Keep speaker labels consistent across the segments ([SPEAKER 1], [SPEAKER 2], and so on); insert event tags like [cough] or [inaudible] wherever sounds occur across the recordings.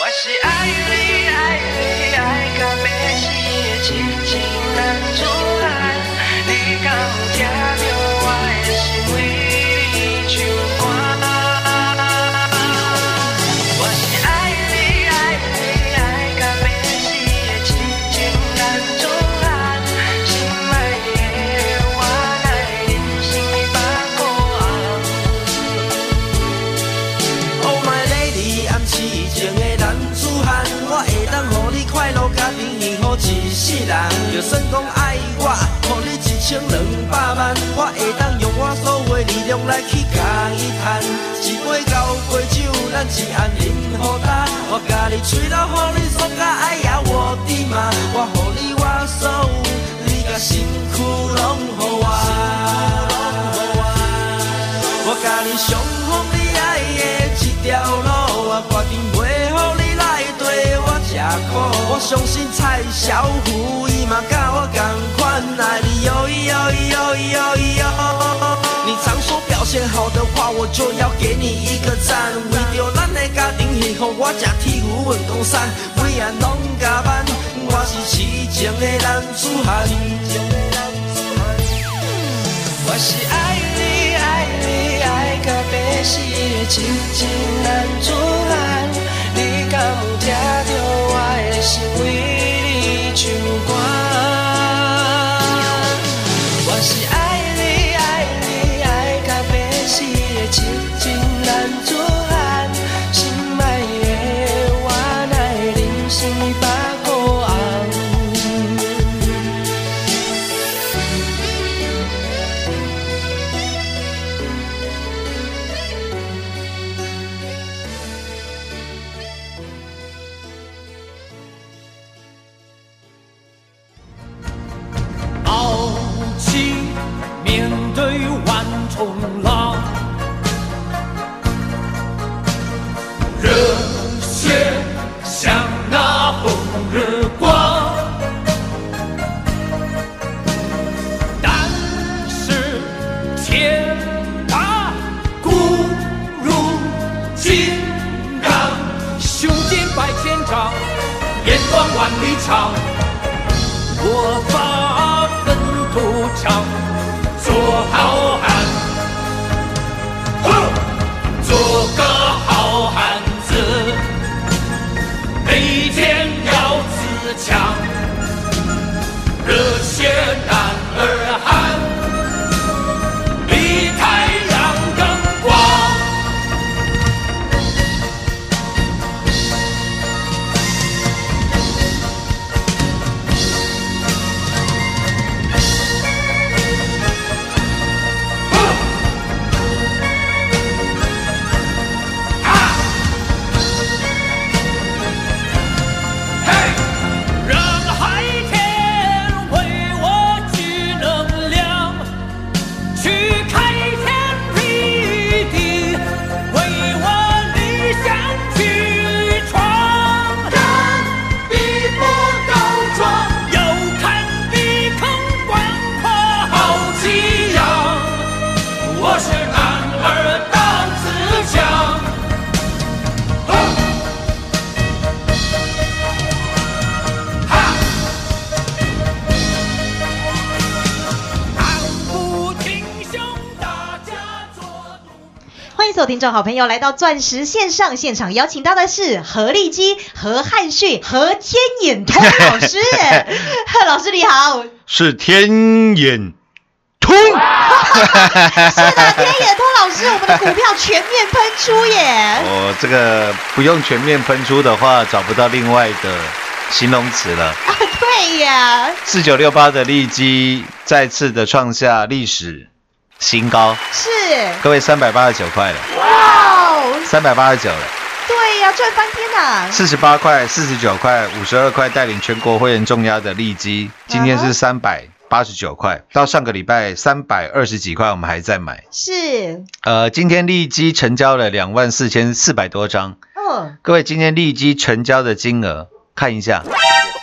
[SPEAKER 1] 我是爱你爱你爱到要死的痴情男子汉，你敢有听着我的心为你唱歌？我是爱你爱你爱到要死的痴情男子汉，心爱的我来人生的百孤红。Oh my lady，暗示情的男子汉，我会当互你快乐甲平幸福一世人。就算讲爱我，互你一千两百万，我会当用我所有的力量来去甲伊赚。一杯交杯酒，咱一暗饮好干，我甲你吹到，互你爽甲哎呀我的妈，我互你我所有，你甲身躯拢互我。我甲你上好你爱的一条路，我决定袂予你来对我吃苦。我相信蔡小虎伊嘛甲我同款爱你哟哟哟哟哟。你常说表现好的话，我就要给你一个赞。为着咱的家庭幸福，我吃铁牛运动衫，每晚拢加班。我是痴情的男子汉。我是爱你爱你爱到要死的痴情男子汉，你敢有听着我的心为你唱歌？我是爱你爱你爱到要死的痴情男子汉，心爱的我乃人生的百孤红。
[SPEAKER 2] 傲气面对万重浪，热血像那红日光，但是天大骨如金刚，胸襟百千丈，眼光万里长。我发愤图强，做好汉，哼，做个好汉子，每天要自强，热血男儿汉，比太阳更光。嘿，让海天为我聚能量，去开天辟地，为我理想去闯。敢比不告状，有看比空广阔好激扬。我是男儿当自强。昂步挺胸，大家做奴。
[SPEAKER 3] 欢迎所有听众好朋友来到钻石线上现场，邀请到的是何立基、何汉逊、何天眼通老
[SPEAKER 4] [laughs]
[SPEAKER 3] 师。贺老师你好，
[SPEAKER 4] 是天眼通，
[SPEAKER 3] 是的，天眼通老师，我们的股票全面喷出
[SPEAKER 4] [laughs]
[SPEAKER 3] 耶！
[SPEAKER 4] 我这个不用全面喷出的话，找不到另外的形容词了。
[SPEAKER 3] 啊，对呀，
[SPEAKER 4] 四九六八的利基再次的创下历史新高，
[SPEAKER 3] 是，
[SPEAKER 4] 各位三百八十九块了，
[SPEAKER 3] 哇哦，
[SPEAKER 4] 三百八十九了，
[SPEAKER 3] 对呀、赚翻天呐、
[SPEAKER 4] 四十八块、四十九块、五十二块，带领全国会员重压的利基，今天是三百八十九块，到上个礼拜三百二十几块，我们还在买。
[SPEAKER 3] 是，
[SPEAKER 4] 呃，今天利基成交了两万四千四百多张，
[SPEAKER 3] 嗯，
[SPEAKER 4] 各位，今天利基成交的金额看一下，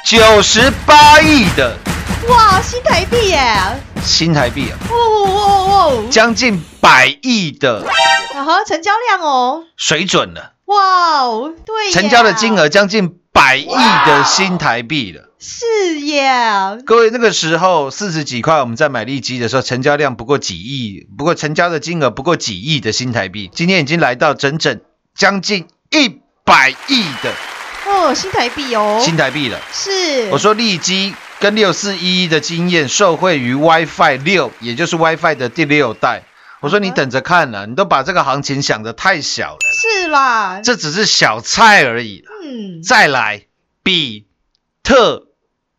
[SPEAKER 4] 九十八亿的
[SPEAKER 3] 哇，新台币耶，
[SPEAKER 4] 新台币、啊，
[SPEAKER 3] 哦哦哦，
[SPEAKER 4] 将近百亿的
[SPEAKER 3] 啊哈，成交量哦，
[SPEAKER 4] 水准了，
[SPEAKER 3] 哇哦，对，
[SPEAKER 4] 成交的金额将近百亿的新台币了。
[SPEAKER 3] 是耶，
[SPEAKER 4] 各位，那个时候四十几块，我们在买利基的时候，成交量不过几亿，不过成交的金额不过几亿的新台币，今天已经来到整整将近一百亿的
[SPEAKER 3] 哦，新台币哦，
[SPEAKER 4] 新台币了。
[SPEAKER 3] 是，
[SPEAKER 4] 我说利基跟六四一一的经验受惠于 WiFi 六，也就是 WiFi 的第六代。我说你等着看了、你都把这个行情想得太小了，
[SPEAKER 3] 是啦，
[SPEAKER 4] 这只是小菜而已。
[SPEAKER 3] 嗯，
[SPEAKER 4] 再来，比特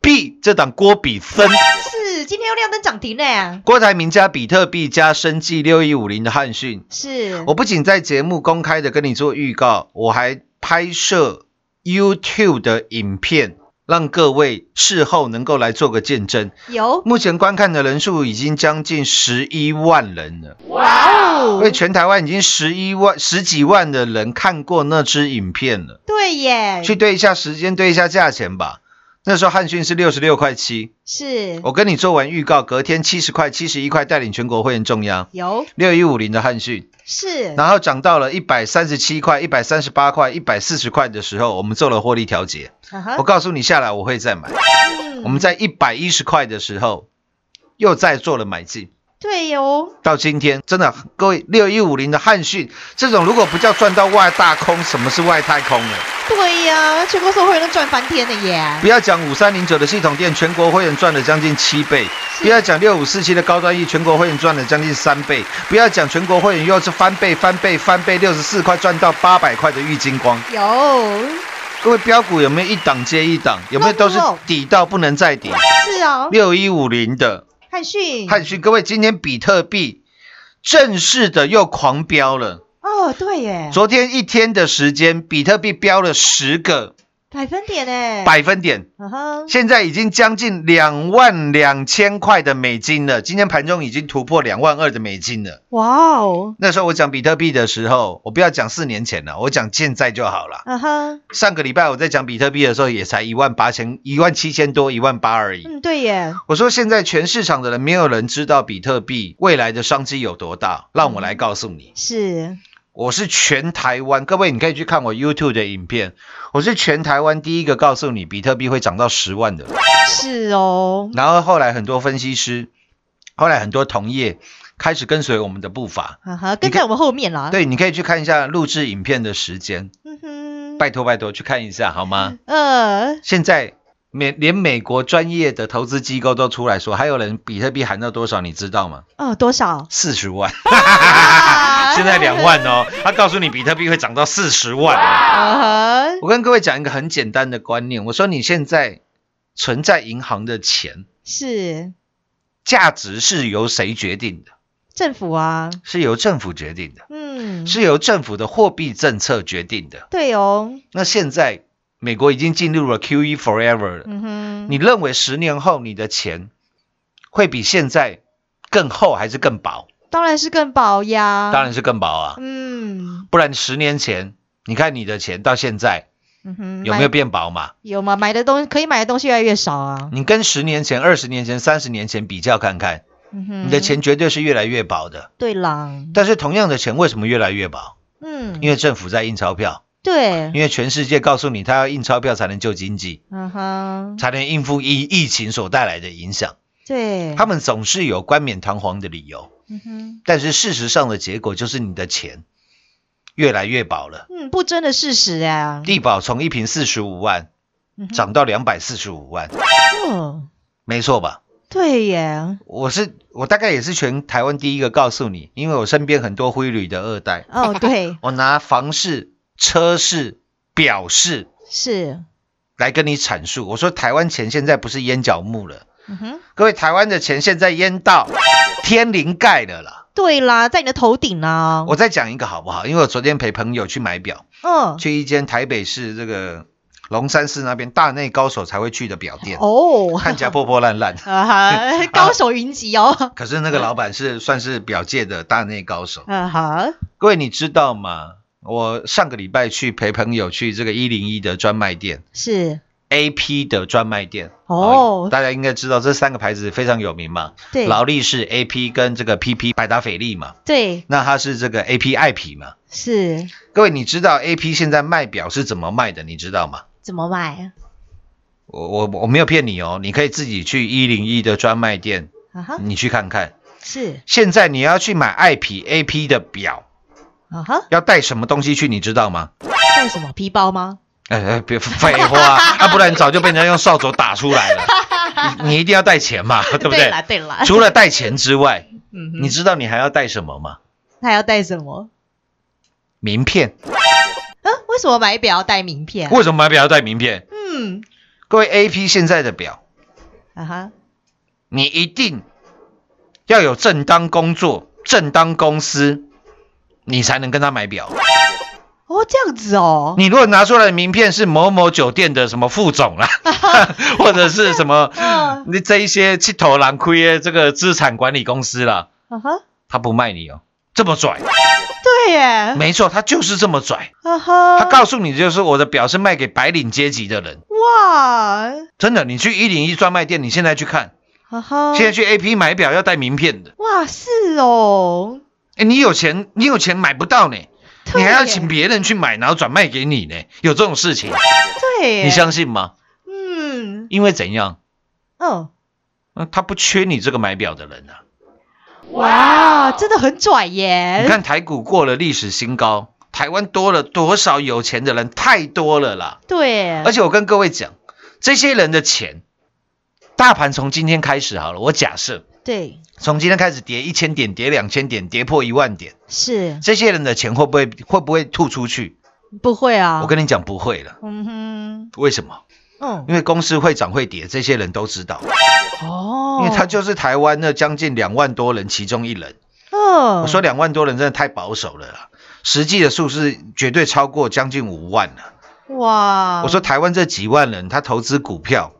[SPEAKER 4] 币这档郭比分，
[SPEAKER 3] 是，今天又亮灯涨停呢，
[SPEAKER 4] 郭台铭加比特币加生技六一五零的汉讯，
[SPEAKER 3] 是，
[SPEAKER 4] 我不仅在节目公开的跟你做预告，我还拍摄 YouTube 的影片，让各位事后能够来做个见证。
[SPEAKER 3] 有，
[SPEAKER 4] 目前观看的人数已经将近十一万人了，
[SPEAKER 3] 哇
[SPEAKER 4] 因
[SPEAKER 3] 哦
[SPEAKER 4] 为，全台湾已经十一万十几万的人看过那支影片了。
[SPEAKER 3] 对耶，
[SPEAKER 4] 去对一下时间，对一下价钱吧。那时候汉讯是六十六块七，
[SPEAKER 3] 是，
[SPEAKER 4] 我跟你做完预告，隔天七十块、七十一块带领全国会员重压
[SPEAKER 3] 有，
[SPEAKER 4] 六一五零的汉讯，
[SPEAKER 3] 是，
[SPEAKER 4] 然后涨到了一百三十七块、一百三十八块、一百四十块的时候，我们做了获利调节。
[SPEAKER 3] 啊哈
[SPEAKER 4] 我告诉你，下来我会再买。
[SPEAKER 3] 嗯
[SPEAKER 4] 我们在一百一十块的时候，又再做了买进。
[SPEAKER 3] 对哦，
[SPEAKER 4] 到今天，真的，各位六一五零的汉讯这种，如果不叫赚到外大空，什么是外太空呢？
[SPEAKER 3] 对呀、全国所有人都赚翻天了耶，
[SPEAKER 4] 不要讲五三零九的系统店，全国会员赚了将近七倍；不要讲六五四七的高端 E，全国会员赚了将近三倍；不要讲全国会员又是翻倍、翻倍、翻倍，六十四块赚到八百块的玉金光。
[SPEAKER 3] 有，
[SPEAKER 4] 各位标股有没有一档接一档？有没有都是底到不能再底？
[SPEAKER 3] 是啊，
[SPEAKER 4] 六一五零的
[SPEAKER 3] 汉逊，
[SPEAKER 4] 汉讯，各位今天比特币正式的又狂飙了。
[SPEAKER 3] 哦，对耶，
[SPEAKER 4] 昨天一天的时间，比特币飙了十个
[SPEAKER 3] 百分点哎，
[SPEAKER 4] 百分点。
[SPEAKER 3] 啊哈，
[SPEAKER 4] 现在已经将近两万两千块的美金了，今天盘中已经突破两万二的美金了。
[SPEAKER 3] 哇哦，
[SPEAKER 4] 那时候我讲比特币的时候，我不要讲四年前了，我讲现在就好了。
[SPEAKER 3] 啊哈，
[SPEAKER 4] 上个礼拜我在讲比特币的时候，也才一万八千、一万七千多、一万八而已。
[SPEAKER 3] 嗯，对耶，
[SPEAKER 4] 我说现在全市场的人没有人知道比特币未来的商机有多大，让我来告诉你，
[SPEAKER 3] 是，
[SPEAKER 4] 我是全台湾各位，你可以去看我 YouTube 的影片，我是全台湾第一个告诉你比特币会涨到十万的人。
[SPEAKER 3] 是哦，
[SPEAKER 4] 然后后来很多分析师，后来很多同业开始跟随我们的步伐。
[SPEAKER 3] 啊哈，跟在我们后面啦，，
[SPEAKER 4] 对，你可以去看一下录制影片的时间，
[SPEAKER 3] 嗯哼，
[SPEAKER 4] 拜托拜托去看一下好吗？
[SPEAKER 3] 呃，
[SPEAKER 4] 现在美连美国专业的投资机构都出来说，还有人比特币喊到多少，你知道吗？
[SPEAKER 3] 哦，多少？
[SPEAKER 4] 四十万， [laughs] 现在两万哦。他告诉你比特币会涨到四十万哦。
[SPEAKER 3] 啊哈，
[SPEAKER 4] 我跟各位讲一个很简单的观念，我说你现在存在银行的钱
[SPEAKER 3] 是
[SPEAKER 4] 价值是由谁决定的？
[SPEAKER 3] 政府啊，
[SPEAKER 4] 是由政府决定的。
[SPEAKER 3] 嗯，
[SPEAKER 4] 是由政府的货币政策决定的。
[SPEAKER 3] 对哦，
[SPEAKER 4] 那现在美国已经进入了 QE forever 了，
[SPEAKER 3] 嗯哼，
[SPEAKER 4] 你认为十年后你的钱会比现在更厚还是更薄？
[SPEAKER 3] 当然是更保呀，
[SPEAKER 4] 当然，是更薄啊，
[SPEAKER 3] 嗯，
[SPEAKER 4] 不然十年前你看你的钱到现在
[SPEAKER 3] 嗯哼，
[SPEAKER 4] 有没有变薄嘛？
[SPEAKER 3] 有吗？买的东可以买的东西越来越少啊。
[SPEAKER 4] 你跟十年前、二十年前、三十年前比较看看，
[SPEAKER 3] 嗯哼，
[SPEAKER 4] 你的钱绝对是越来越薄的。
[SPEAKER 3] 对啦，
[SPEAKER 4] 但是同样的钱为什么越来越薄？
[SPEAKER 3] 嗯，
[SPEAKER 4] 因为政府在印钞票，
[SPEAKER 3] 对，
[SPEAKER 4] 因为全世界告诉你他要印钞票才能救经济。
[SPEAKER 3] 嗯哼，
[SPEAKER 4] 才能应付疫疫情所带来的影响。
[SPEAKER 3] 对，
[SPEAKER 4] 他们总是有冠冕堂皇的理由，
[SPEAKER 3] 嗯哼，
[SPEAKER 4] 但是事实上的结果就是你的钱越来越薄了。
[SPEAKER 3] 嗯，不争的事实啊，
[SPEAKER 4] 地保从一瓶四十五万
[SPEAKER 3] 嗯哼
[SPEAKER 4] 涨到两百四十五万，
[SPEAKER 3] 哦，
[SPEAKER 4] 没错吧？
[SPEAKER 3] 对耶，
[SPEAKER 4] 我是我大概也是全台湾第一个告诉你，因为我身边很多灰旅的二代， [laughs]
[SPEAKER 3] 哦，对，
[SPEAKER 4] 我拿房市、车市、表市
[SPEAKER 3] 是，
[SPEAKER 4] 来跟你阐述。我说台湾钱现在不是淹脚木了，
[SPEAKER 3] 嗯哼，
[SPEAKER 4] 各位台湾的钱现在淹到天灵盖了啦。
[SPEAKER 3] 对啦，在你的头顶啊。
[SPEAKER 4] 我再讲一个好不好？因为我昨天陪朋友去买表，
[SPEAKER 3] 嗯，
[SPEAKER 4] 去一间台北市这个龙山寺那边大内高手才会去的表店，
[SPEAKER 3] 哦，，
[SPEAKER 4] 看起来破破烂烂
[SPEAKER 3] [laughs] 啊
[SPEAKER 4] [laughs]
[SPEAKER 3] 哈，高手云集哦。
[SPEAKER 4] 可是那个老板是算是表界的大内高手。
[SPEAKER 3] 啊哈，
[SPEAKER 4] 各位你知道吗？我上个礼拜去陪朋友去这个一零一的专卖店
[SPEAKER 3] 是，
[SPEAKER 4] ，AP 的专卖店。
[SPEAKER 3] 哦
[SPEAKER 4] 大家应该知道这三个牌子非常有名嘛，
[SPEAKER 3] 对，
[SPEAKER 4] 劳力士、AP 跟这个 PP 百达翡丽嘛，
[SPEAKER 3] 对，
[SPEAKER 4] 那它是这个 AP 爱皮嘛。
[SPEAKER 3] 是
[SPEAKER 4] 各位，你知道 AP 现在卖表是怎么卖的？你知道吗？
[SPEAKER 3] 怎么买？啊
[SPEAKER 4] 我我我没有骗你哦，你可以自己去一零一的专卖店，
[SPEAKER 3] 啊哈，
[SPEAKER 4] 你去看看。
[SPEAKER 3] 是，
[SPEAKER 4] 现在你要去买爱皮 AP 的表，
[SPEAKER 3] 啊哈，
[SPEAKER 4] 要带什么东西去？你知道吗？
[SPEAKER 3] 带什么皮包吗？
[SPEAKER 4] 哎哎，别废
[SPEAKER 3] [laughs]
[SPEAKER 4] 话啊，不然早就被人家用扫帚打出来了。
[SPEAKER 3] [laughs]
[SPEAKER 4] 你你一定要带钱嘛，对不对
[SPEAKER 3] 啦，？对啦。
[SPEAKER 4] 除了带钱之外，
[SPEAKER 3] 嗯哼
[SPEAKER 4] 你知道你还要带什么吗？
[SPEAKER 3] [laughs] 他要带什么？
[SPEAKER 4] 名片。
[SPEAKER 3] 啊，为什么买表要带名片？
[SPEAKER 4] 为什么买表要带名片？
[SPEAKER 3] 嗯，
[SPEAKER 4] 各位 A P 现在的表，
[SPEAKER 3] 啊哈，
[SPEAKER 4] 你一定要有正当工作、正当公司，你才能跟他买表。
[SPEAKER 3] 哦，这样子哦，
[SPEAKER 4] 你如果拿出来的名片是某某酒店的什么副总啦，或者是什么
[SPEAKER 3] 嗯，
[SPEAKER 4] 你这一些七头狼亏的这个资产管理公司啦，
[SPEAKER 3] 啊哈，
[SPEAKER 4] 他不卖你哦。这么拽，
[SPEAKER 3] 对耶，
[SPEAKER 4] 没错，他就是这么拽。
[SPEAKER 3] 啊哈，
[SPEAKER 4] 他告诉你，就是我的表是卖给白领阶级的人。
[SPEAKER 3] 哇，
[SPEAKER 4] 真的，你去一零一专卖店，你现在去看，
[SPEAKER 3] 啊哈，
[SPEAKER 4] 现在去 A P 买表要带名片的。
[SPEAKER 3] 哇，是哦，
[SPEAKER 4] 哎，你有钱，你有钱买不到呢，
[SPEAKER 3] 对
[SPEAKER 4] 你还要
[SPEAKER 3] 耶
[SPEAKER 4] 请别人去买，然后转卖给你呢，有这种事情，
[SPEAKER 3] 对耶，
[SPEAKER 4] 你相信吗？
[SPEAKER 3] 嗯，
[SPEAKER 4] 因为怎样，
[SPEAKER 3] 哦，
[SPEAKER 4] 呃他不缺你这个买表的人啊。
[SPEAKER 3] 哇，啊真的很拽耶，
[SPEAKER 4] 你看台股过了历史新高，台湾多了多少有钱的人，太多了啦。
[SPEAKER 3] 对耶，
[SPEAKER 4] 而且我跟各位讲，这些人的钱，大盘从今天开始好了，我假设
[SPEAKER 3] 对，
[SPEAKER 4] 从今天开始跌一千点，跌两千点，跌破一万点，
[SPEAKER 3] 是
[SPEAKER 4] 这些人的钱会不会会不会吐出去？
[SPEAKER 3] 不会啊，
[SPEAKER 4] 我跟你讲不会了，
[SPEAKER 3] 嗯
[SPEAKER 4] 为什么？
[SPEAKER 3] 哼，嗯，
[SPEAKER 4] 因为公司会涨会跌，这些人都知道，
[SPEAKER 3] 哦，
[SPEAKER 4] 因为他就是台湾那将近两万多人其中一人。
[SPEAKER 3] 嗯，
[SPEAKER 4] 我说两万多人真的太保守了啦，实际的数是绝对超过将近五万了。
[SPEAKER 3] 哇，
[SPEAKER 4] 我说台湾这几万人，他投资股票，，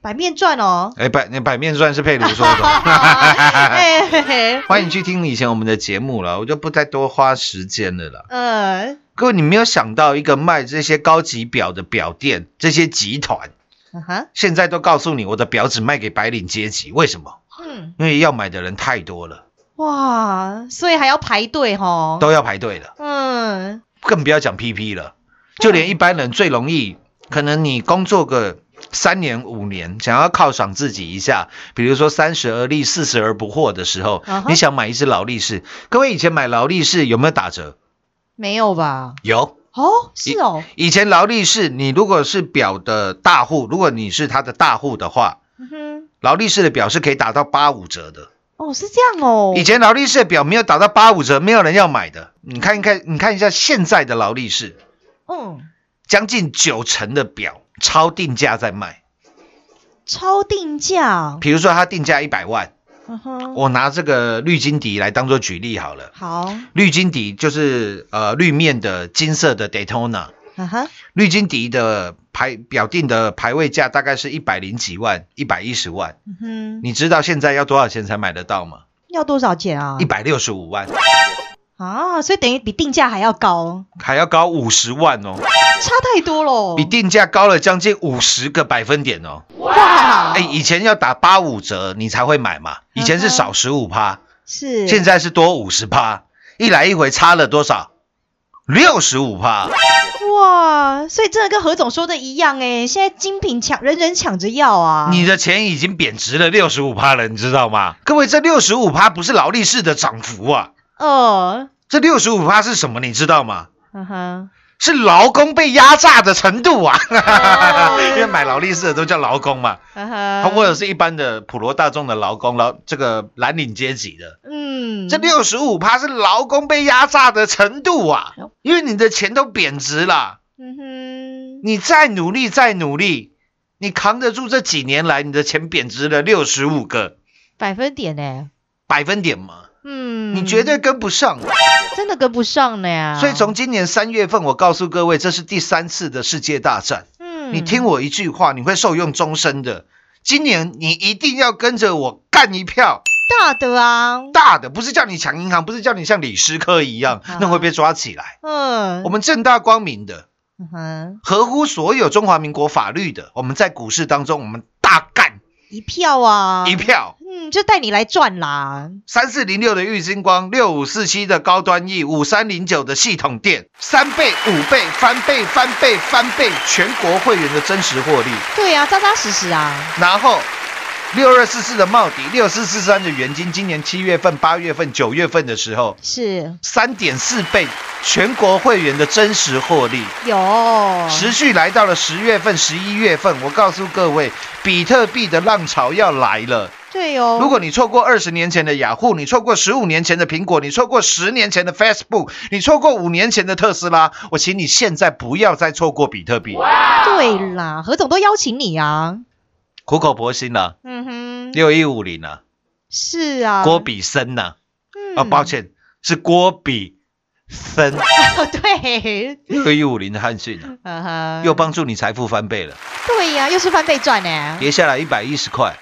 [SPEAKER 3] 百面赚哦
[SPEAKER 4] [laughs] 哎，百那百面算是佩如
[SPEAKER 3] [laughs]
[SPEAKER 4] 说的。
[SPEAKER 3] 哎嘿嘿，
[SPEAKER 4] [laughs] 欢迎去听以前我们的节目了，我就不再多花时间了啦。
[SPEAKER 3] 嗯，
[SPEAKER 4] 各位，你没有想到一个卖这些高级表的表店，这些集团
[SPEAKER 3] 啊哈，
[SPEAKER 4] 现在都告诉你，我的表只卖给白领阶级，为什么？
[SPEAKER 3] 嗯，
[SPEAKER 4] 因为要买的人太多了，
[SPEAKER 3] 哇，所以还要排队吼，
[SPEAKER 4] 都要排队了，
[SPEAKER 3] 嗯，
[SPEAKER 4] 更不要讲 PP 了，就连一般人最容易，可能你工作个三年五年，想要犒赏自己一下，比如说三十而立，四十而不惑的时候
[SPEAKER 3] 啊哈
[SPEAKER 4] 你想买一只劳力士，各位以前买劳力士有没有打折？
[SPEAKER 3] 没有吧？
[SPEAKER 4] 有。
[SPEAKER 3] 哦，是哦，
[SPEAKER 4] 以前劳力士，你如果是表的大户，如果你是他的大户的话，
[SPEAKER 3] 嗯哼，
[SPEAKER 4] 劳力士的表是可以打到八五折的。
[SPEAKER 3] 哦，是这样哦，
[SPEAKER 4] 以前劳力士的表没有打到八五折，没有人要买的。你看一看，你看一下现在的劳力士，
[SPEAKER 3] 嗯，
[SPEAKER 4] 将近九成的表超定价在卖。
[SPEAKER 3] 超定价，
[SPEAKER 4] 比如说，它定价一百万，
[SPEAKER 3] 嗯哼，
[SPEAKER 4] 我拿这个绿金底来当做举例好了。
[SPEAKER 3] 好，
[SPEAKER 4] 绿金底就是呃绿面的金色的 Daytona，
[SPEAKER 3] 啊哈，
[SPEAKER 4] 绿金底的排表定的排位价大概是一百零几万，一百一十万。
[SPEAKER 3] 嗯哼，
[SPEAKER 4] 你知道现在要多少钱才买得到吗？
[SPEAKER 3] 要多少钱啊
[SPEAKER 4] 一？百六十五万，
[SPEAKER 3] 啊，所以等于比定价还要高，
[SPEAKER 4] 还要高五十万哦，
[SPEAKER 3] 差太多了，
[SPEAKER 4] 比定价高了将近五十个百分点哦。
[SPEAKER 3] 哇，
[SPEAKER 4] 哎，以前要打八五折你才会买嘛，以前是少十五趴，
[SPEAKER 3] 是
[SPEAKER 4] 现在是多五十趴，一来一回差了多少？六十五趴。
[SPEAKER 3] 哇，所以真的跟何总说的一样哎，现在精品抢，人人抢着要啊。
[SPEAKER 4] 你的钱已经贬值了六十五趴了，你知道吗？各位，这六十五趴不是劳力士的涨幅啊，
[SPEAKER 3] 呃，
[SPEAKER 4] 这六十五趴是什么？你知道吗？
[SPEAKER 3] 嗯哼，
[SPEAKER 4] 是劳工被压榨的程度啊！ [laughs] 因为买劳力士的都叫劳工嘛，
[SPEAKER 3] 哦嗯
[SPEAKER 4] 他
[SPEAKER 3] 哼，
[SPEAKER 4] 或者是一般的普罗大众的劳工，劳这个蓝领阶级的。
[SPEAKER 3] 嗯，
[SPEAKER 4] 这六十五趴是劳工被压榨的程度啊！因为你的钱都贬值了，
[SPEAKER 3] 嗯
[SPEAKER 4] 你再努力再努力，你扛得住这几年来你的钱贬值了六十五个
[SPEAKER 3] 哼，百分点哎，
[SPEAKER 4] 百分点吗？
[SPEAKER 3] 嗯，啊
[SPEAKER 4] 你绝对跟不上。啊
[SPEAKER 3] 真的跟不上了呀。
[SPEAKER 4] 所以从今年三月份，我告诉各位，这是第三次的世界大战。
[SPEAKER 3] 嗯，
[SPEAKER 4] 你听我一句话，你会受用终身的。今年你一定要跟着我干一票
[SPEAKER 3] 大的啊，
[SPEAKER 4] 大的，不是叫你抢银行，不是叫你像李师科一样，
[SPEAKER 3] 啊
[SPEAKER 4] 那会被抓起来。
[SPEAKER 3] 嗯，
[SPEAKER 4] 我们正大光明的，
[SPEAKER 3] 嗯哼
[SPEAKER 4] 合乎所有中华民国法律的，我们在股市当中，我们大干
[SPEAKER 3] 一票啊，
[SPEAKER 4] 一，票。
[SPEAKER 3] 嗯，就带你来赚啦。
[SPEAKER 4] 三四零六的玉金光，六五四七的高端 E，五三零九的系统店，三倍、五倍、翻倍、翻倍、翻倍，全国会员的真实获利。
[SPEAKER 3] 对啊，扎扎实实啊，
[SPEAKER 4] 然后六二四四的茂迪，六四四三的元金，今年七月份、八月份、九月份的时候，
[SPEAKER 3] 是
[SPEAKER 4] 三点四倍全国会员的真实获利，
[SPEAKER 3] 有哦
[SPEAKER 4] 持续来到了十月份、十一月份。我告诉各位，比特币的浪潮要来了。
[SPEAKER 3] 对哦。
[SPEAKER 4] 如果你错过二十年前的雅虎，你错过十五年前的苹果，你错过十年前的 Facebook，你错过五年前的特斯拉，我请你现在不要再错过比特币，
[SPEAKER 3] 对啦，何总都邀请你啊。
[SPEAKER 4] 苦口婆心了、
[SPEAKER 3] 嗯哼，
[SPEAKER 4] 六一五零了，
[SPEAKER 3] 是啊，
[SPEAKER 4] 郭比森呐、
[SPEAKER 3] 嗯
[SPEAKER 4] 啊，抱，歉，是郭比森，
[SPEAKER 3] [laughs] 对，
[SPEAKER 4] 六一五零的汉逊啊、
[SPEAKER 3] 嗯哼，
[SPEAKER 4] 又帮助你财富翻倍了，
[SPEAKER 3] 对呀、又是翻倍赚呢、
[SPEAKER 4] 跌下来一百一十块，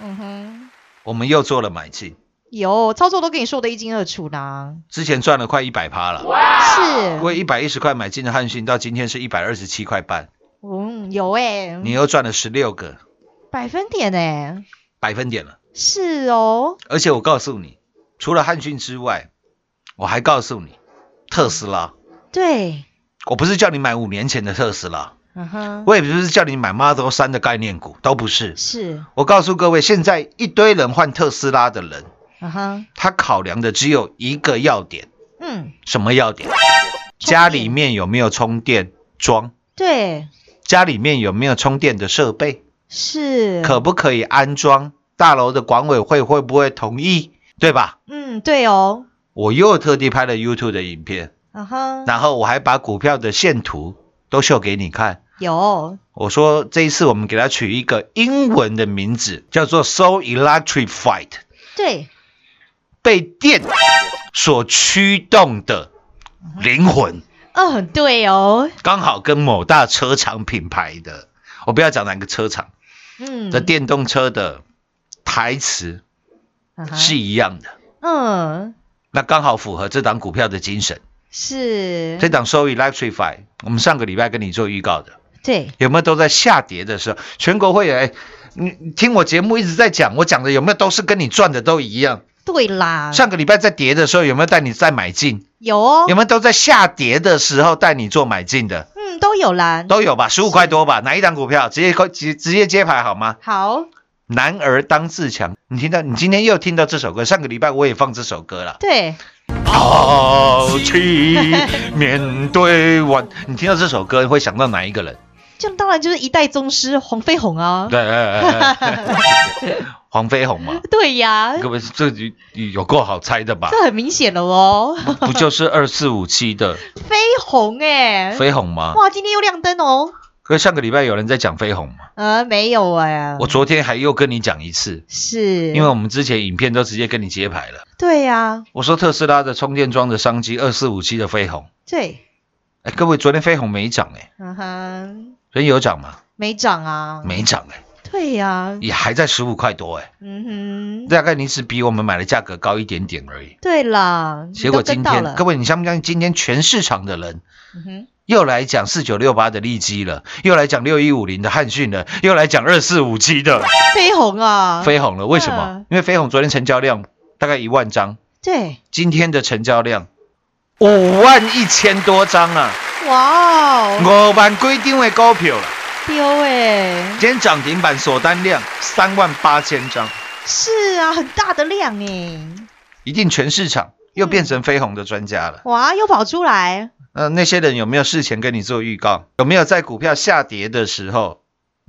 [SPEAKER 3] 嗯哼，
[SPEAKER 4] 我们又做了买进，
[SPEAKER 3] 有操作都跟你说的一清二楚啦。
[SPEAKER 4] 之前赚了快一百趴了，因
[SPEAKER 3] 是，
[SPEAKER 4] 为一百一十块买进的汉逊到今天是一百二十七块半，
[SPEAKER 3] 嗯，有哎、
[SPEAKER 4] 你又赚了十六个
[SPEAKER 3] 百分点哎、
[SPEAKER 4] 百分点了。
[SPEAKER 3] 是哦，
[SPEAKER 4] 而且我告诉你，除了汉逊之外，我还告诉你，特斯拉，
[SPEAKER 3] 对，
[SPEAKER 4] 我不是叫你买五年前的特斯拉，
[SPEAKER 3] 嗯哼，
[SPEAKER 4] 我也不是叫你买 Model 三的概念股，都不是。
[SPEAKER 3] 是，
[SPEAKER 4] 我告诉各位，现在一堆人换特斯拉的人，
[SPEAKER 3] 嗯哼，
[SPEAKER 4] 他考量的只有一个要点，
[SPEAKER 3] 嗯，
[SPEAKER 4] 什么要点？
[SPEAKER 3] 充电
[SPEAKER 4] 家里面有没有充电桩？
[SPEAKER 3] 对，
[SPEAKER 4] 家里面有没有充电的设备？
[SPEAKER 3] 是，
[SPEAKER 4] 可，不可以安装？大楼的管委会会不会同意？对吧？
[SPEAKER 3] 嗯，对哦，
[SPEAKER 4] 我又特地拍了 YouTube 的影片，
[SPEAKER 3] 嗯哼，
[SPEAKER 4] 然后我还把股票的线图都秀给你看。
[SPEAKER 3] 有，
[SPEAKER 4] 我说这一次我们给它取一个英文的名字，叫做 “So Electrified”，
[SPEAKER 3] 对，
[SPEAKER 4] 被电所驱动的灵魂，
[SPEAKER 3] 嗯，对哦，
[SPEAKER 4] 刚好跟某大车厂品牌的，我不要讲哪个车厂
[SPEAKER 3] 嗯，
[SPEAKER 4] 的电动车的台词
[SPEAKER 3] 嗯哼
[SPEAKER 4] 是，一样的。
[SPEAKER 3] 嗯，
[SPEAKER 4] 那刚好符合这档股票的精神。
[SPEAKER 3] 是，
[SPEAKER 4] 这档 So Electrified，我们上个礼拜跟你做预告的，
[SPEAKER 3] 对，
[SPEAKER 4] 有没有都在下跌的时候，全国会员，哎你你听我节目一直在讲，我讲的有没有都是跟你赚的都一样？
[SPEAKER 3] 对啦，
[SPEAKER 4] 上个礼拜在跌的时候有没有带你再买进？
[SPEAKER 3] 有啊哦
[SPEAKER 4] 有，没有都在下跌的时候带你做买进的？
[SPEAKER 3] 嗯，都有啦，
[SPEAKER 4] 都有吧，十五块多吧，哪一档股票直接直直接揭牌好吗？
[SPEAKER 3] 好，
[SPEAKER 4] 男儿当自强，你听到你今天又听到这首歌，上个礼拜我也放这首歌了。
[SPEAKER 3] 对，
[SPEAKER 4] 淘气面对晚，你听到这首歌会想到哪一个人？
[SPEAKER 3] 这当然就是一代宗师黄飞鸿啊，
[SPEAKER 4] 对，哎哎
[SPEAKER 3] 哦
[SPEAKER 4] 哎黄飞鸿嘛，
[SPEAKER 3] 对呀，
[SPEAKER 4] 各位这有够好
[SPEAKER 3] [laughs]
[SPEAKER 4] 猜的吧？
[SPEAKER 3] 这很明显了哦，
[SPEAKER 4] 不就是二四五七的
[SPEAKER 3] 飞鸿哎，
[SPEAKER 4] 飞鸿吗？
[SPEAKER 3] 哇，今天又亮灯哦，
[SPEAKER 4] 可是上个礼拜有人在讲飞鸿嘛？
[SPEAKER 3] 呃，没有哎，
[SPEAKER 4] 我昨天还又跟你讲一次，
[SPEAKER 3] 是，
[SPEAKER 4] 因为我们之前影片都直接跟你揭牌了。
[SPEAKER 3] 对呀，
[SPEAKER 4] 我说特斯拉的充电桩的商机，二四五七的飞鸿。
[SPEAKER 3] 对，
[SPEAKER 4] 哎，各位，昨天飞鸿没涨哎、
[SPEAKER 3] 嗯哼，
[SPEAKER 4] 昨天有涨吗？
[SPEAKER 3] 没涨啊，，
[SPEAKER 4] 没涨哎、
[SPEAKER 3] 对呀，
[SPEAKER 4] 也还在十五块多哎、
[SPEAKER 3] 嗯哼，
[SPEAKER 4] 大概你只比我们买的价格高一点点而已。
[SPEAKER 3] 对啦，
[SPEAKER 4] 结果
[SPEAKER 3] 你都
[SPEAKER 4] 今
[SPEAKER 3] 跟到
[SPEAKER 4] 天，
[SPEAKER 3] 了
[SPEAKER 4] 各，位，你相不相信今天全市场的人
[SPEAKER 3] 嗯哼，
[SPEAKER 4] 又来讲四九六八的利基了，又来讲六一五零的汉讯了，又来讲二四五七的
[SPEAKER 3] 飞鸿啊，
[SPEAKER 4] 飞鸿了？为什么
[SPEAKER 3] 嗯？
[SPEAKER 4] 因为飞鸿昨天成交量大概一万张，
[SPEAKER 3] 对，
[SPEAKER 4] 今天的成交量五万一千多张啊，
[SPEAKER 3] 哇哦，
[SPEAKER 4] 五万规定的股票了。
[SPEAKER 3] 丢哎，
[SPEAKER 4] 今天涨停板锁单量三万八千张，
[SPEAKER 3] 是啊，很大的量哎，
[SPEAKER 4] 一定全市场又变成飞鸿的专家了。
[SPEAKER 3] 哇，又跑出来，
[SPEAKER 4] 那那些人有没有事前跟你做预告？有没有在股票下跌的时候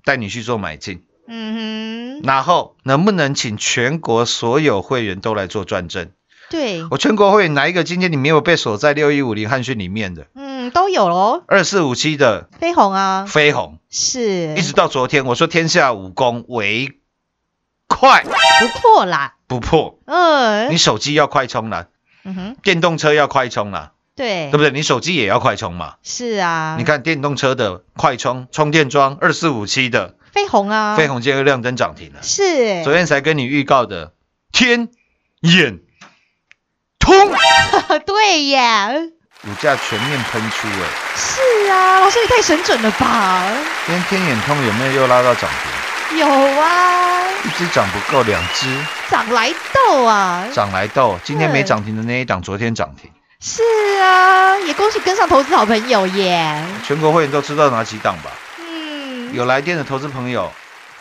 [SPEAKER 4] 带你去做买进？
[SPEAKER 3] 嗯哼，
[SPEAKER 4] 然后能不能请全国所有会员都来做转正？
[SPEAKER 3] 对，
[SPEAKER 4] 我全国会员哪一个今天你没有被锁在六一五零汉讯里面的
[SPEAKER 3] 嗯，都有喽，
[SPEAKER 4] 二四五七的
[SPEAKER 3] 飞鸿啊，
[SPEAKER 4] 飞鸿？
[SPEAKER 3] 是，
[SPEAKER 4] 一直到昨天，我说天下武功唯块，
[SPEAKER 3] 不破啦，
[SPEAKER 4] 不破。
[SPEAKER 3] 呃
[SPEAKER 4] 你，手机要快充了，
[SPEAKER 3] 嗯哼，
[SPEAKER 4] 电动车要快充了，
[SPEAKER 3] 对
[SPEAKER 4] 对不，对？你手机也要快充嘛。
[SPEAKER 3] 是啊，
[SPEAKER 4] 你看电动车的快充充电桩二四五七的，
[SPEAKER 3] 飞鸿啊，
[SPEAKER 4] 飞鸿今天亮灯涨停了。
[SPEAKER 3] 是，
[SPEAKER 4] 昨天才跟你预告的天眼通，
[SPEAKER 3] [laughs] 对耶，
[SPEAKER 4] 股价全面喷出哎、
[SPEAKER 3] 是啊，老师你太神准了吧？
[SPEAKER 4] 今天天眼通有没有又拉到涨停？
[SPEAKER 3] 有啊，
[SPEAKER 4] 一只涨不够，两只
[SPEAKER 3] 长来斗啊，
[SPEAKER 4] 涨来斗。今天没涨停的那一档，昨天涨停。
[SPEAKER 3] 是啊，也恭喜跟上投资好朋友耶，
[SPEAKER 4] 全国会员都知道哪几档吧？
[SPEAKER 3] 嗯，
[SPEAKER 4] 有来电的投资朋友，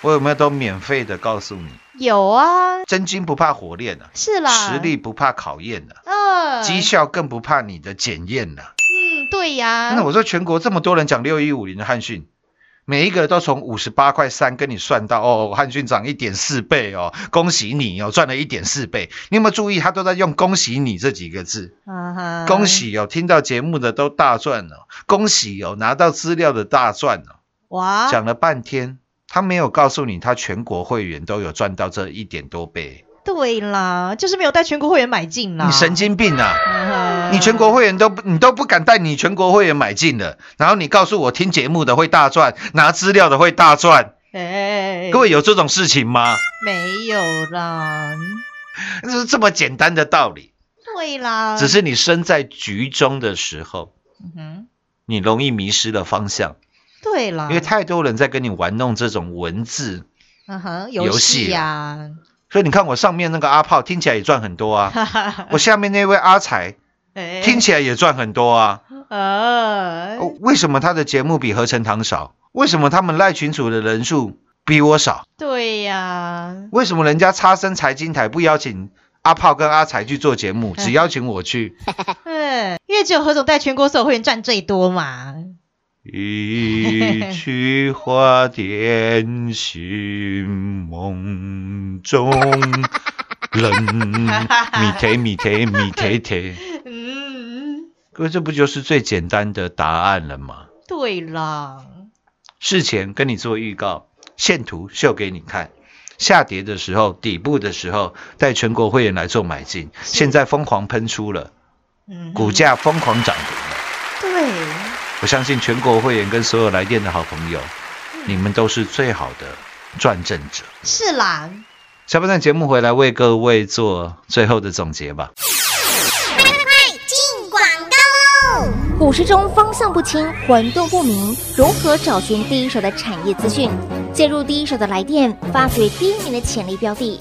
[SPEAKER 4] 我有没有都免费的告诉你？
[SPEAKER 3] 有啊，
[SPEAKER 4] 真金不怕火炼啊，
[SPEAKER 3] 是啦，
[SPEAKER 4] 实，力不怕考验啊，
[SPEAKER 3] 嗯，
[SPEAKER 4] 绩效更不怕你的检验啊呐。
[SPEAKER 3] 嗯，对呀，
[SPEAKER 4] 那我说全国这么多人讲六一五零的汉讯，每一个都从五十八块三跟你算到哦，汉讯涨一点四倍哦，恭喜你哦，赚了一点四倍。你有没有注意，他都在用“恭喜你”这几个字？
[SPEAKER 3] 啊哈
[SPEAKER 4] 恭，喜哦，听到节目的都大赚了、恭喜哦，拿到资料的大赚了、
[SPEAKER 3] 哇，
[SPEAKER 4] 讲了半天，他没有告诉你，他全国会员都有赚到这一点多倍，
[SPEAKER 3] 对啦，就是没有带全国会员买进啦，
[SPEAKER 4] 你神经病啊！
[SPEAKER 3] 啊哈，
[SPEAKER 4] 你全国会员都不你都不敢带你全国会员买进的，然后你告诉我听节目的会大赚，拿资料的会大赚，
[SPEAKER 3] 哎，
[SPEAKER 4] 各位有这种事情吗？
[SPEAKER 3] 没有啦，
[SPEAKER 4] 这是这么简单的道理，
[SPEAKER 3] 对啦，
[SPEAKER 4] 只是你身在局中的时候，
[SPEAKER 3] 嗯哼，
[SPEAKER 4] 你容易迷失了方向，
[SPEAKER 3] 对啦，
[SPEAKER 4] 因为太多人在跟你玩弄这种文字。
[SPEAKER 3] 嗯哼
[SPEAKER 4] 游
[SPEAKER 3] 游
[SPEAKER 4] 戏
[SPEAKER 3] 戏
[SPEAKER 4] 啊
[SPEAKER 3] 呀，
[SPEAKER 4] 所以你看我上面那个阿炮听起来也赚很多啊，
[SPEAKER 3] [laughs] 哈哈
[SPEAKER 4] [laughs]
[SPEAKER 3] 哈，
[SPEAKER 4] 我下面那位阿财听
[SPEAKER 3] 听
[SPEAKER 4] 起来也赚很多啊。
[SPEAKER 3] 呃
[SPEAKER 4] 哦，为什么他的节目比合成堂少？为什么他们赖群主的人数比我少？
[SPEAKER 3] 对呀，
[SPEAKER 4] 为什么人家差生财经台不邀请阿炮跟阿财去做节目，只邀请我去？
[SPEAKER 3] 嗯，因为只有何总带全国所有会员赚最多嘛，
[SPEAKER 4] 一曲花点醒梦中人，米贴米贴米贴贴。
[SPEAKER 3] 嗯，
[SPEAKER 4] 各位，这不就是最简单的答案了吗？
[SPEAKER 3] 对啦，
[SPEAKER 4] 事前跟你做预告，线图秀给你看。下跌的时候，底部的时候，带全国会员来做买进，现在疯狂喷出了，
[SPEAKER 3] 嗯，
[SPEAKER 4] 股价疯狂涨停了。
[SPEAKER 3] 对，
[SPEAKER 4] 我相信全国会员跟所有来电的好朋友，
[SPEAKER 3] 嗯
[SPEAKER 4] 你们都是最好的赚正者。
[SPEAKER 3] 是啦，
[SPEAKER 4] 下半段节目回来为各位做最后的总结吧。
[SPEAKER 5] 进广告喽！股市中方向不清、混沌不明，如何找寻第一手的产业资讯？介入第一手的来电，发掘第一名的潜力标的，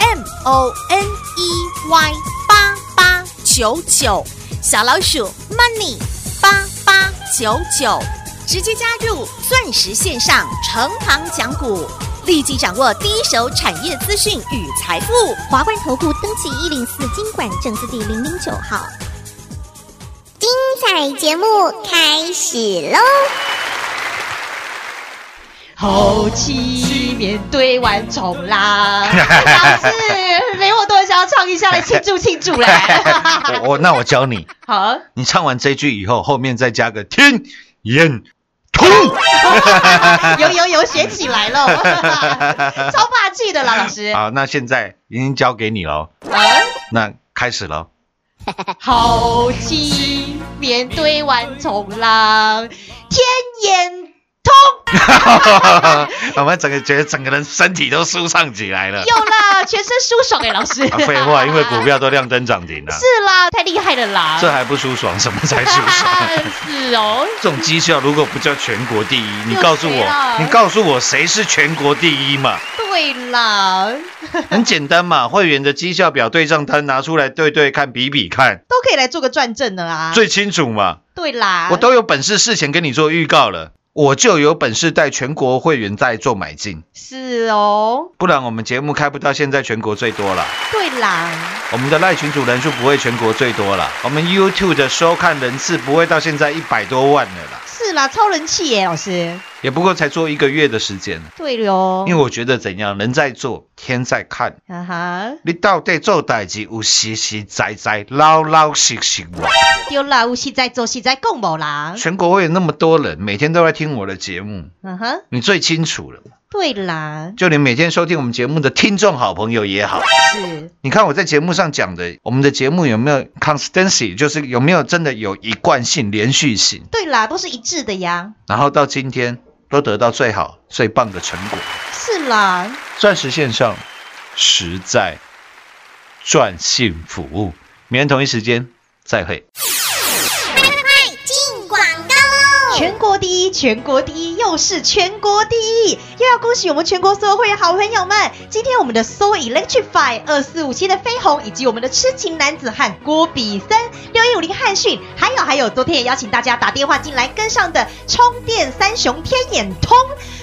[SPEAKER 5] M O N E Y 八八九九，小老鼠 Money 八八九九，直接加入钻石线上成堂讲股，立即掌握第一手产业资讯与财富。华冠投顾登记一零四经管证字第零零九号。精彩节目开始喽！
[SPEAKER 3] 后期面对万重啦，老师，连我都很想要唱一下来庆祝庆祝嘞，
[SPEAKER 4] [laughs] 我我那我教你，
[SPEAKER 3] 好，
[SPEAKER 4] 你唱完这句以后，后面再加个天眼通。
[SPEAKER 3] [laughs] 有有有学起来
[SPEAKER 4] [laughs]
[SPEAKER 3] 了，超霸气的啦，老师，
[SPEAKER 4] 好，那现在已经交给你了，那开始了。
[SPEAKER 3] 豪气面对万重浪，天眼通
[SPEAKER 4] [laughs] 我们整个觉得整个人身体都舒畅起来了。
[SPEAKER 3] 有
[SPEAKER 4] [laughs]
[SPEAKER 3] 啦，全身舒爽哎、老师
[SPEAKER 4] 啊，。废话，因为股票都亮灯涨停了，啊
[SPEAKER 3] 是啦，太厉害了啦，
[SPEAKER 4] 这还不舒爽，什么才舒
[SPEAKER 3] [laughs]
[SPEAKER 4] 爽？
[SPEAKER 3] 是哦，
[SPEAKER 4] 这种绩效如果不叫全国第一，你
[SPEAKER 3] 又
[SPEAKER 4] 告诉
[SPEAKER 3] 谁
[SPEAKER 4] 我
[SPEAKER 3] 啊，
[SPEAKER 4] 你告诉我谁是全国第一
[SPEAKER 3] [laughs]
[SPEAKER 4] 嘛？
[SPEAKER 3] 对啦，
[SPEAKER 4] 很简单嘛，会员的绩效表对账单拿出来对对看，比比看，
[SPEAKER 3] 都可以来做个转正的啦，啊
[SPEAKER 4] 最清楚嘛。
[SPEAKER 3] 对啦，
[SPEAKER 4] 我都有本事事前跟你做预告了，我就有本事带全国会员在做买进，
[SPEAKER 3] 是哦，
[SPEAKER 4] 不然我们节目开不到现在全国最多了。
[SPEAKER 3] 对啦，
[SPEAKER 4] 我们的赖群主人数不会全国最多了，我们 YouTube 的收看人次不会到现在一百多万了啦，
[SPEAKER 3] 是啦，超人气耶，老师，
[SPEAKER 4] 也不过才做一个月的时间。
[SPEAKER 3] 对了哦，
[SPEAKER 4] 因为我觉得怎样，人在做，天在看，
[SPEAKER 3] 啊哈，
[SPEAKER 4] 你到底做代志有实实在在、老老实实无？
[SPEAKER 3] 丢啦，有戏在做，戏在共某啦，
[SPEAKER 4] 全国会有那么多人，每天都在听我的节目，
[SPEAKER 3] 嗯哼，
[SPEAKER 4] 你最清楚了。
[SPEAKER 3] 对啦，
[SPEAKER 4] 就连每天收听我们节目的听众好朋友也好，
[SPEAKER 3] 是，
[SPEAKER 4] 你看我在节目上讲的，我们的节目有没有 consistency，就是有没有真的有一贯性、连续性，
[SPEAKER 3] 对啦，都是一致的呀，
[SPEAKER 4] 然后到今天都得到最好、最棒的成果。
[SPEAKER 3] 是啦，
[SPEAKER 4] 钻石线上实在赚幸福，明天同一时间再会。
[SPEAKER 5] 进广告喽！
[SPEAKER 3] 全国第一，全国第一，又是全国第一，又要恭喜我们全国所有会员好朋友们！今天我们的 So Electrify 二四五七的飞鸿，以及我们的痴情男子汉郭比森六一五零汉逊，还有还有，昨天也邀请大家打电话进来跟上的充电三雄天眼通，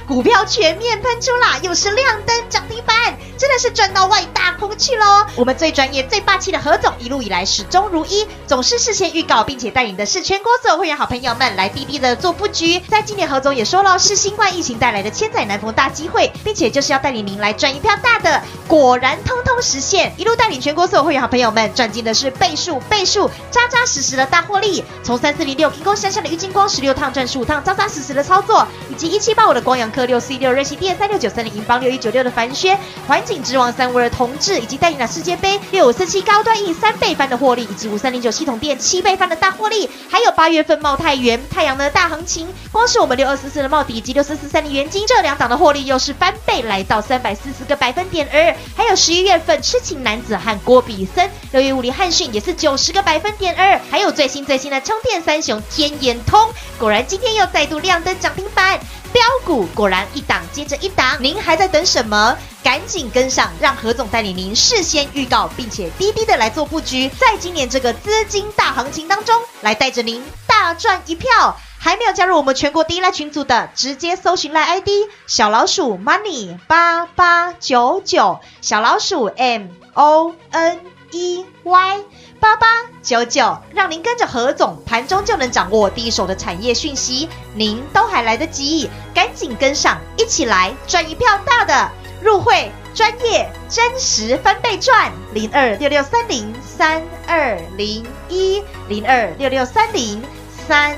[SPEAKER 3] 股票全面喷出啦，又是亮灯涨停板，真的是赚到外大空去喽！我们最专业、最霸气的何总，一路以来始终如一，总是事先预告，并且带领的是全国所有会员好朋友们来滴滴的做布局。在今年何总也说了，是新冠疫情带来的千载难逢大机会，并且就是要带领您来赚一票大的，果然通通实现，一路带领全国所有会员好朋友们赚进的是倍数、倍数，扎扎实实的大获利。从三四零六 K 工山上的郁金光十六趟赚十五趟，扎扎实实的操作，以及一七八五的光阳科六四一六瑞奇电三六九三的银邦六一九六的凡轩，环境之王三五二同志，以及带领了世界杯六五四七高端 E 三倍翻的获利，以及五三零九系统店七倍翻的大获利，还有八月份茂泰元太阳的大行情，光是我们六二四四的茂迪以及六四四三的元金这两档的获利又是翻倍，来到三百四十个百分点二，还有十一月份痴情男子和郭比森六月五里汉逊也是九十个百分点二，还有最新最新的充电三雄天眼通，果然今天又再度亮灯涨停板。标股果然一档接着一档，您还在等什么？赶紧跟上，让何总带领您事先预告，并且低低的来做布局，在今年这个资金大行情当中，来带着您大赚一票。还没有加入我们全国第一赖群组的，直接搜寻赖 ID 小老鼠 money 八八九九，小老鼠 m o n e y 八八九九，让您跟着何总盘中就能掌握第一手的产业讯息，您都还来得及，赶紧跟上，一起来赚一票大的，入会专业真实翻倍赚，零二六六三零三二零一零二六六三零三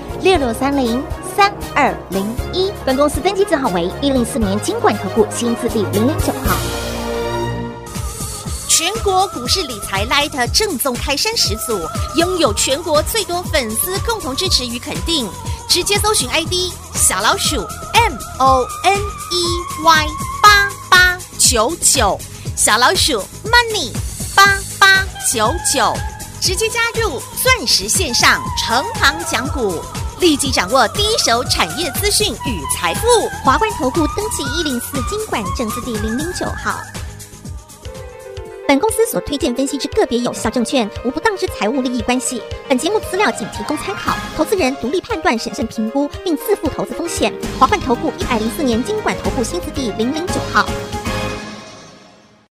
[SPEAKER 5] 六六三零三二零一。本公司登记字号为一零四年经管投顾新字第零零九号。
[SPEAKER 6] 全国股市理财 Light 正宗开山始祖，拥有全国最多粉丝共同支持与肯定。直接搜寻 ID 小老鼠 M O N E Y 八八九九，小老鼠 Money 八八九九，直接加入钻石线上成堂讲股，立即掌握第一手产业资讯与财富。
[SPEAKER 5] 华冠投顾登记一零四经管证字第零零九号。本公司所推荐分析之个别有效证券，无不当之财务利益关系。本节目资料仅提供参考，投资人独立判断、审慎评估，并自负投资风险。华冠投顾一百零四年经管投顾新字第零零九号。